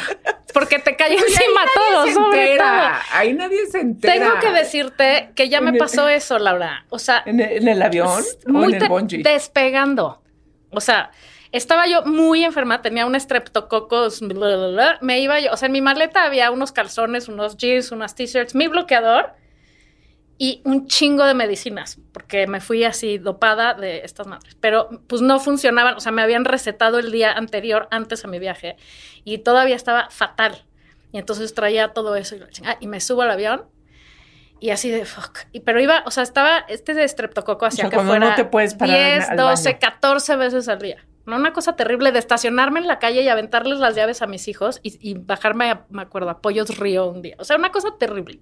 E: porque te cae encima todo,
D: se
E: sobre
D: entera, ahí nadie se entera.
E: todo. Tengo que decirte que ya me
D: En el-
E: pasó eso, Laura. O sea,
D: ¿En el, en el avión o
E: Pues, muy
D: en el
E: te-
D: bungee?
E: despegando. O sea, estaba yo muy enferma, tenía un estreptococos, bla, bla, bla. me iba yo, o sea, en mi maleta había unos calzones, unos jeans, unas t-shirts, mi bloqueador y un chingo de medicinas, porque me fui así dopada de estas madres, pero pues no funcionaban, o sea, me habían recetado el día anterior, antes a mi viaje, y todavía estaba fatal. Y entonces traía todo eso y, la chingada, y me subo al avión y así de fuck. Y, pero iba, o sea, estaba este de estreptococo hacía
D: sea,
E: que
D: cuando
E: fuera
D: no te puedes parar en-
E: 10,
D: al
E: 12,
D: baño.
E: 14 veces al día. No, una cosa terrible de estacionarme en la calle y aventarles las llaves a mis hijos y, y bajarme, a- me acuerdo, a Pollos Río un día. O sea, una cosa terrible.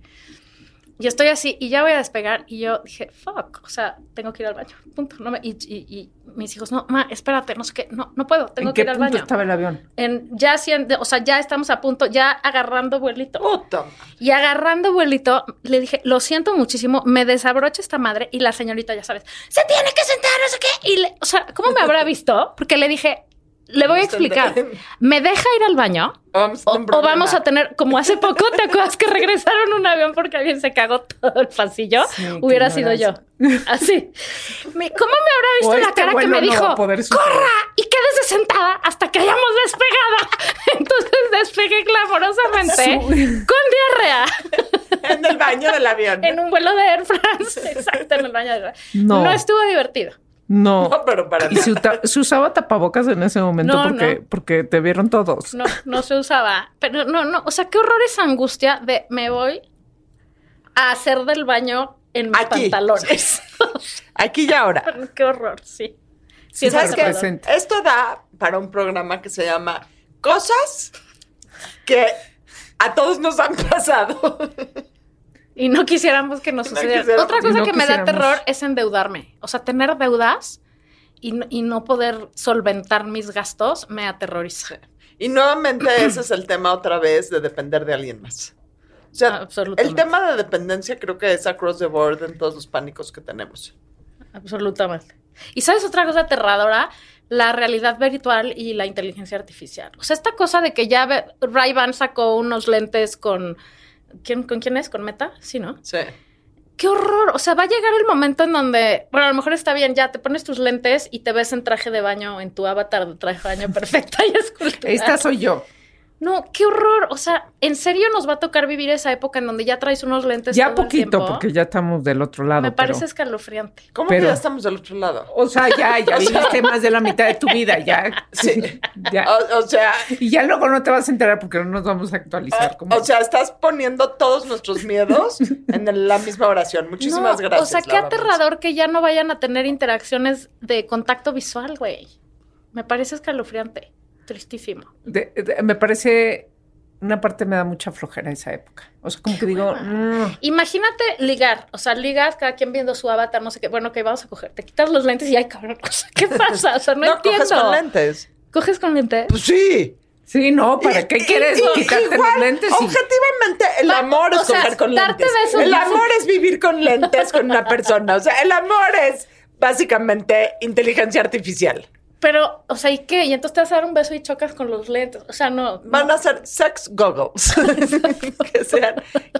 E: Y estoy así, y ya voy a despegar. Y yo dije, fuck, o sea, tengo que ir al baño. Punto. No me- y, y- y mis hijos, no, ma, espérate, no sé qué, no, no puedo, tengo
D: ¿En
E: que
D: qué
E: ir al
D: punto
E: baño.
D: estaba el avión?
E: En, ya haciendo, o sea, ya estamos a punto, ya agarrando vuelito.
C: Puta.
E: Y agarrando vuelito, le dije, lo siento muchísimo, me desabrocha esta madre. Y la señorita, ya sabes, se tiene que sentar, no sé qué. Y, le- o sea, ¿cómo me habrá visto? Porque le dije, le voy a explicar. ¿Me deja ir al baño?
C: Vamos
E: O, o vamos a tener, como hace poco, ¿te acuerdas que regresaron un avión porque alguien se cagó todo el pasillo?
D: Sí, qué
E: Hubiera sido yo.
D: ignorancia.
E: Así. Me- ¿Cómo me habrá visto
D: O
E: la
D: este
E: cara que
D: vuelo
E: me
D: no
E: dijo,
D: va a poder suceder.
E: corra y quédese sentada hasta que hayamos despegado? Entonces despegué clamorosamente con diarrea
C: En el baño del avión.
E: en un vuelo de Air France. Exacto, en el baño de Air France.
D: No.
E: No estuvo divertido.
D: No.
C: No, pero para
D: Y
C: nada.
D: se, uta- se usaba tapabocas en ese momento
E: No,
D: porque,
E: no.
D: porque te vieron todos.
E: No, no se usaba. Pero no, no. O sea, qué horror esa angustia de me voy a hacer del baño en mis
C: Aquí.
E: pantalones.
C: Aquí y ahora.
E: qué horror, sí. Sí, es
C: ¿Sabes qué?
E: aterrador.
D: presente.
C: Esto da para un programa que se llama Cosas que a todos nos han pasado.
E: Y no quisiéramos que nos
C: No
E: sucediera.
C: quisiéramos.
E: Otra
D: Y
E: cosa
D: no
E: que me da
D: quisiéramos.
E: terror es endeudarme. O sea, tener deudas y, no- y no poder solventar mis gastos me aterroriza.
C: Y nuevamente ese es el tema otra vez de depender de alguien más. O sea, el
E: Absolutamente.
C: tema de dependencia creo que es across the board en todos los pánicos que tenemos.
E: Absolutamente. Y sabes otra cosa aterradora, la realidad virtual y la inteligencia artificial. O sea, esta cosa de que ya ve- Ray-Ban sacó unos lentes con ¿quién, con quién es, con Meta, sí, ¿no?
C: Sí.
E: qué horror. O sea, va a llegar el momento en donde, bueno, a lo mejor está bien, ya te pones tus lentes y te ves en traje de baño, en tu avatar de traje de baño perfecta y escultural.
D: Esta soy yo.
E: No, qué horror. O sea, en serio nos va a tocar vivir esa época en donde ya traes unos lentes.
D: Ya
E: todo el
D: poquito,
E: tiempo?
D: porque ya estamos del otro lado.
E: Me parece
D: pero-
E: escalofriante.
C: ¿Cómo
D: Pero-
C: que ya estamos del otro lado?
D: O sea, ya, ya viviste más de la mitad de tu vida, ya.
C: Sí.
D: ya.
C: O, o sea,
D: Y ya luego no te vas a enterar porque no nos vamos a
E: Ah,
D: actualizar. como-
C: o, o sea, estás poniendo todos nuestros miedos en el- la misma oración. Muchísimas
E: No,
C: gracias.
E: O sea, qué
C: Laura
E: aterrador que ya no vayan a tener interacciones de contacto visual, güey. Me parece escalofriante. Tristísimo.
D: De- de- me parece, una parte me da mucha flojera esa época. O sea, como que digo, mm,
E: Imagínate ligar, o sea, ligas, cada quien viendo su avatar, no sé qué, bueno, que vamos a coger, te quitas los lentes y ay, cabrón, o sea, ¿qué pasa? O sea, no,
C: Martínez. No,
E: entiendo.
C: coges con lentes.
E: ¿Coges con lentes?
C: Pues sí.
D: sí, no, ¿para qué quieres
C: Y- y-
D: quitarte
C: igual,
D: los lentes? y-
C: Objetivamente, el
E: Va-
C: amor
E: o
C: es
E: sea,
C: coger con
E: darte
C: lentes.
E: besos
C: el
E: no-
C: amor es vivir con lentes con una persona. O sea, el amor es básicamente inteligencia artificial.
E: Pero, o sea, ¿y qué? Y entonces te vas a dar un beso y chocas con los lentes. O sea, no.
C: Van a ser sex goggles que sean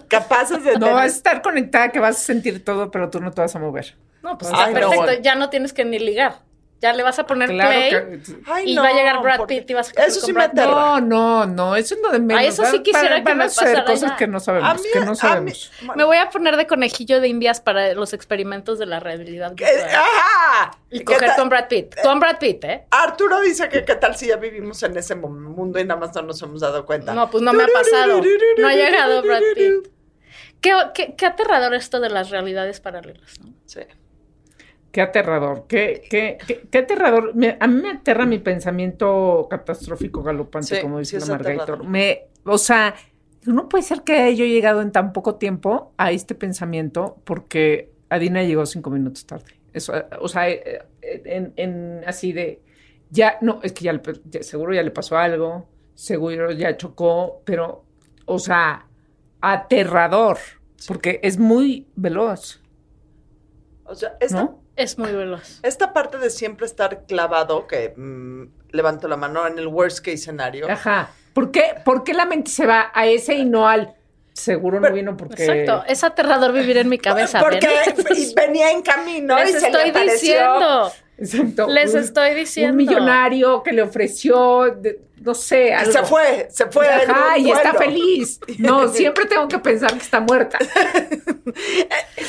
C: capaces de
D: No
C: tener-
D: vas a estar conectada que vas a sentir todo, pero tú no te vas a mover.
E: No, pues
C: Ay,
E: está
C: no.
E: perfecto. Ya no tienes que ni ligar. Ya le vas a poner play.
D: que-
C: Ay,
E: y va a llegar Brad
C: porque-
E: Pitt y vas a
C: Eso
E: con
C: sí me
E: Brad Pitt.
C: aterra.
D: No, no, no, eso es lo de menos.
E: eso sí
D: Van-
E: quisiera
D: van-
E: que
D: van
E: me
D: a ser
E: pasara
D: cosas
E: ya.
D: que no sabemos, que no sabemos.
C: a mí-
E: Me voy a poner de conejillo de indias para los experimentos de la realidad
C: ¿Qué-
E: virtual.
C: ajá.
E: Y
C: ¿Qué
E: coger
C: tal?
E: con Brad Pitt. Con Brad Pitt, ¿eh?
C: Arturo dice que qué tal si ya vivimos en ese mu- mundo y nada más no nos hemos dado cuenta.
E: No, pues no me ha pasado. No ha llegado Brad Pitt. Qué, qué- qué aterrador esto de las realidades paralelas. ¿no?
C: Sí.
D: Qué aterrador, qué, qué, qué, qué aterrador. Me- a mí me aterra mi pensamiento catastrófico galopante,
C: Sí,
D: como
C: sí
D: dice
C: es
D: la Margarita.
C: aterrador.
D: Me, o sea, no puede ser que haya yo llegado en tan poco tiempo a este pensamiento porque Adina llegó cinco minutos tarde. Eso, eh, o sea, eh, eh, en, en- así de, ya, no, es que ya, le pe- ya- seguro ya le pasó algo, seguro ya chocó, pero, o sea, aterrador, porque es muy veloz,
C: O sea, esta,
D: ¿no?
E: Es muy veloz.
C: esta parte de siempre estar clavado, que mm, levanto la mano en el worst case escenario.
D: Ajá. ¿Por qué, por qué la mente se va a ese y no al seguro no
C: Pero-
D: vino porque
E: Exacto. Es aterrador vivir en mi cabeza.
C: Porque
E: ¿ven?
C: y venía en camino y
E: Les
C: se le
E: estoy
C: apareció.
E: diciendo.
D: Exacto.
E: Les
D: Un-
E: estoy diciendo.
D: un millonario que le ofreció de- no sé, algo.
C: Se fue, se fue. en
D: Ajá,
C: un
D: y está
C: vuelo.
D: feliz. No, siempre tengo que pensar que está muerta.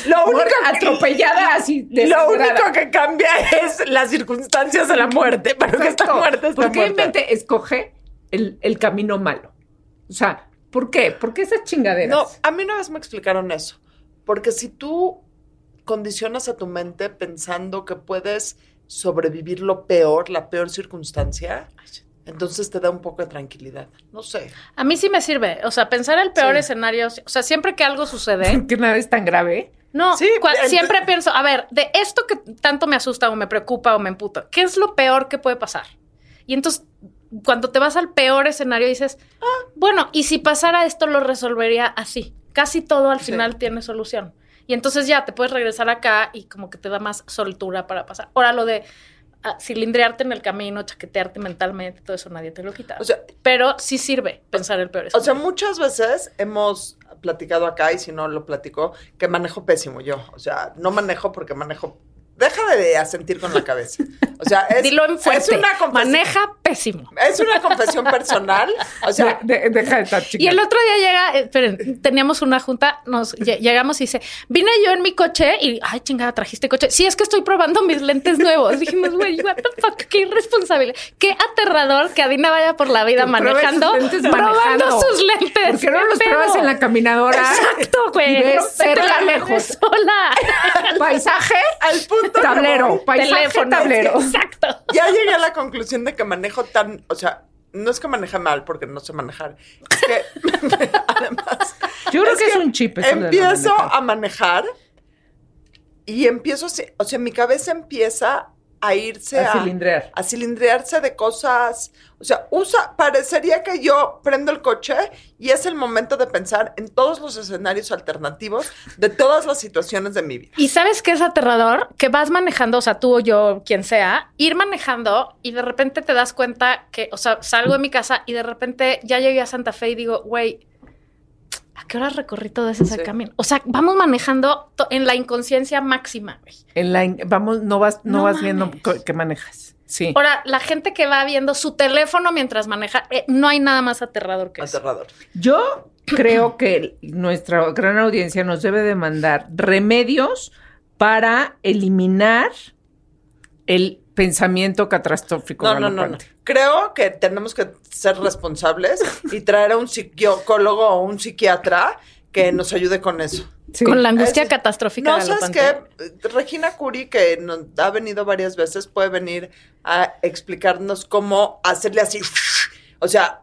C: Lo único,
D: Muerta, atropellada así
C: lo
D: desangrada.
C: único que cambia es las circunstancias de la muerte, pero que está
D: Exacto.
C: muerta está
D: ¿Por qué mi
C: muerta.
D: mente escoge el, el camino malo? O sea, ¿por qué? ¿Por qué esas chingaderas?
C: No, a mí una vez me explicaron eso. Porque si tú condicionas a tu mente pensando que puedes sobrevivir lo peor, la peor circunstancia, entonces te da un poco de tranquilidad. No sé.
E: A mí sí me sirve. O sea, pensar el peor
C: Sí.
E: escenario. O sea, siempre que algo sucede.
D: ¿Eh? que nada es tan grave.
E: No,
C: Sí,
E: cua-
C: ent-
E: siempre pienso, a ver, de esto que tanto me asusta o me preocupa o me emputa, ¿qué es lo peor que puede pasar? Y entonces, cuando te vas al peor escenario, dices, "Ah, bueno, y si pasara esto, lo resolvería así. Casi todo al
C: Sí.
E: final tiene solución. Y entonces ya te puedes regresar acá y como que te da más soltura para pasar. Ahora lo de ah, cilindrearte en el camino, chaquetearte mentalmente, todo eso nadie te lo quita.
C: O sea,
E: Pero sí sirve pensar el peor
C: o
E: escenario.
C: sea, muchas veces hemos platicado acá, y si no lo platico, que manejo pésimo yo. O sea, no manejo porque manejo. Deja de asentir con la cabeza. O sea, es,
E: Dilo en
C: es
E: fuerte.
C: una confesión.
E: Maneja pésimo.
C: Es una confesión personal. O sea,
D: De- de- deja de estar
E: Y
D: chingada.
E: el otro día llega, eh, esperen, teníamos una junta, nos lle- llegamos y dice, vine yo en mi coche y, ay, chingada, trajiste coche. Sí, es que estoy probando mis lentes nuevos. Dijimos, güey, what the fuck, qué irresponsable. Qué aterrador que Adina vaya por la vida
D: Que pruebe
E: manejando,
D: sus lentes manejando.
E: probando sus lentes.
D: ¿Por qué no
E: ¿Qué
D: los
E: pedo?
D: pruebas en la caminadora?
E: Exacto, güey.
D: Y ves
E: No, vete
D: cerca,
E: a la
D: lejos.
E: madre Sola.
D: Paisaje,
C: al punto que voy.
D: tablero, paisaje,
E: Teléfono.
D: tablero.
E: Exacto.
C: ya llegué a la conclusión de que manejo tan, o sea, no es que maneje mal porque no sé manejar, es que además
D: Yo creo
C: Es
D: que es
C: que
D: un chip. eso de no
C: empiezo
D: manejar.
C: a manejar y empiezo, así- o sea, mi cabeza empieza a irse
D: a
C: a,
D: cilindrear.
C: a cilindrearse de cosas, o sea, usa, parecería que yo prendo el coche y es el momento de pensar en todos los escenarios alternativos de todas las situaciones de mi vida.
E: Y sabes qué es aterrador? Que vas manejando, o sea, tú o yo, quien sea, ir manejando y de repente te das cuenta que, o sea, salgo de mi casa y de repente ya llegué a Santa Fe y digo, güey, ¿a qué hora recorrí todo ese
C: Sí.
E: camino? O sea, vamos manejando to- en la inconsciencia máxima, güey.
D: En la in- vamos, no vas, no,
E: No
D: vas
E: mames.
D: viendo co- que manejas. Sí.
E: Ahora, la gente que va viendo su teléfono mientras maneja, eh, no hay nada más aterrador que eso.
C: Aterrador.
D: Yo creo que nuestra gran audiencia nos debe de mandar remedios para eliminar el pensamiento catastrófico.
C: No, no, no, no.
D: galopante.
C: Creo que tenemos que ser responsables y traer a un psicólogo o un psiquiatra que nos ayude con eso.
D: Sí.
E: Con la angustia
C: Es-
E: catastrófica
C: No,
E: de la
C: sabes
E: pantalla.
C: que Regina Curi, que nos ha venido varias veces, puede venir a explicarnos cómo hacerle así. O sea,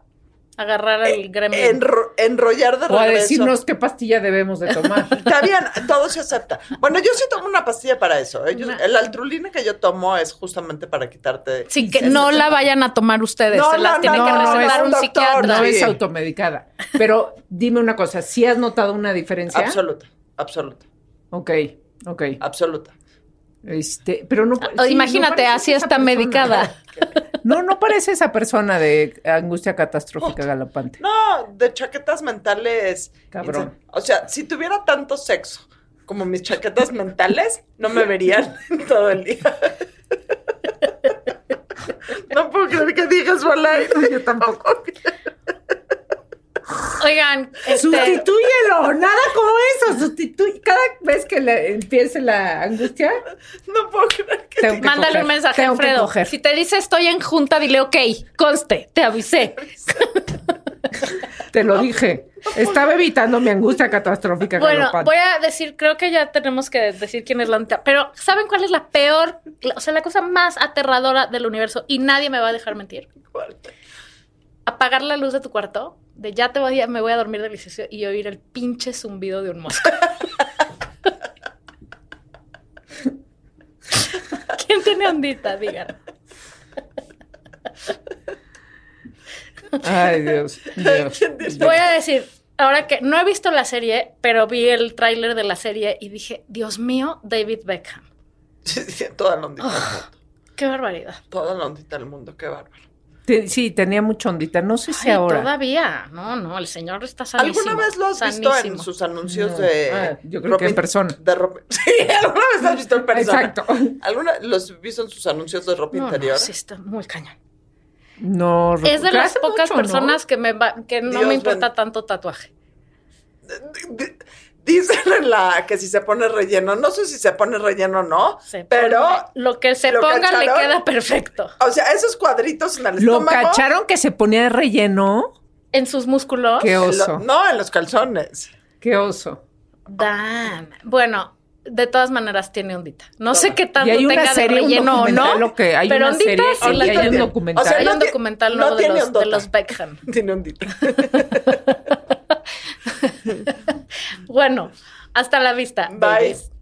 E: Agarrar
C: eh,
E: el gremio.
C: enro- enrollar de
D: O a
C: regreso.
D: decirnos qué pastilla debemos de tomar.
C: Está bien, todo se acepta. Bueno, yo sí tomo una pastilla para eso. ¿eh? Yo-
E: Una-
C: el altrulina que yo tomo es justamente para quitarte.
E: Sí, que no la vayan a tomar ustedes.
C: No,
E: se las
C: no,
E: tiene
C: no,
E: que
C: no,
E: recetar
C: es
E: un
C: un doctor,
E: psiquiatra.
D: No
C: Sí.
D: es automedicada. Pero dime una cosa, ¿sí has notado una diferencia?
C: Absoluta, absoluta,
D: Ok, ok.
C: absoluta.
D: Este, pero no.
E: O
D: sí, no
E: imagínate,
D: pareces
E: así
D: esa
E: está
D: persona.
E: medicada.
D: No, no parece esa persona de angustia
C: Oh,
D: catastrófica galopante.
C: No, de chaquetas mentales.
D: Cabrón.
C: O sea, si tuviera tanto sexo como mis chaquetas mentales, no me verían en todo el día. No puedo creer que digas al aire. Yo tampoco.
E: Oigan, este,
D: Sustitúyelo, nada como eso, sustituye. Cada vez que le empiece la angustia,
C: No puedo creer que
D: tengo que
E: mándale
D: coger,
E: un mensaje a
D: tengo que
E: Alfredo.
D: coger.
E: Si te dice estoy en junta, dile ok, conste, te avisé.
D: Te lo dije. Estaba evitando mi angustia catastrófica
E: Bueno,
D: galopante.
E: voy a decir, creo que ya tenemos que decir quién es la neta. Pero, ¿saben cuál es la peor, la- o sea, la cosa más aterradora del universo? Y nadie me va a dejar mentir. Apagar la luz de tu cuarto, de ya te voy a, me voy a dormir delicioso y oír el pinche zumbido de un mosco. ¿Quién tiene ondita? Digan.
D: Ay, Dios. Dios.
E: Voy a decir, ahora que no he visto la serie, pero vi el tráiler de la serie y dije, Dios mío, David Beckham.
C: Toda la ondita
D: Ah.
C: del mundo.
E: Qué barbaridad.
C: Toda la ondita del mundo, qué bárbaro.
D: Te- sí, tenía mucha ondita. No sé si
E: Ay,
D: ahora.
E: Todavía, no, no, el señor está sanísimo.
C: ¿Alguna vez lo has visto en
E: sanísimo.
C: sus anuncios
D: No.
C: de.
D: Ah, yo creo que en
C: ropa-
D: persona.
C: de ropa- Sí, alguna vez lo has visto en persona.
D: Exacto.
C: ¿Alguna los has visto en sus anuncios de ropa
E: No, no,
C: interior?
E: sí está muy cañón.
D: No,
E: Es de
D: recu-
E: las
D: hace
E: pocas
D: mucho, ¿no?
E: personas que me va- que no
C: Dios
E: me importa
C: bendito.
E: tanto tatuaje.
C: D- d- Dicen en la que si se pone relleno, no sé si se pone relleno o no,
E: Se
C: pero,
E: pone- lo que se
C: ¿lo
E: ponga
C: cacharon?
E: le queda perfecto.
C: o sea, esos cuadritos en el
D: Lo
C: estómago.
D: cacharon que se ponía de relleno.
E: En sus músculos.
D: Qué
C: en lo-
D: oso.
C: no, en los calzones.
D: Qué oso.
E: Dan. Bueno, de todas maneras tiene ondita. No sé qué tanto
D: Y hay una
E: tenga
D: serie,
E: de
D: un
E: relleno o no.
D: documental, lo que- hay
E: pero
D: una
E: ondita
D: serie
E: sí la
D: y hay un
E: tiene.
D: documental.
E: O sea, hay
C: no
E: un
C: ti-
E: documental
C: no
E: nuevo de,
C: tiene
E: los, de
C: ondota.
E: los Beckham.
C: Tiene ondita.
E: Bueno, hasta la vista.
C: Bye.
E: babies.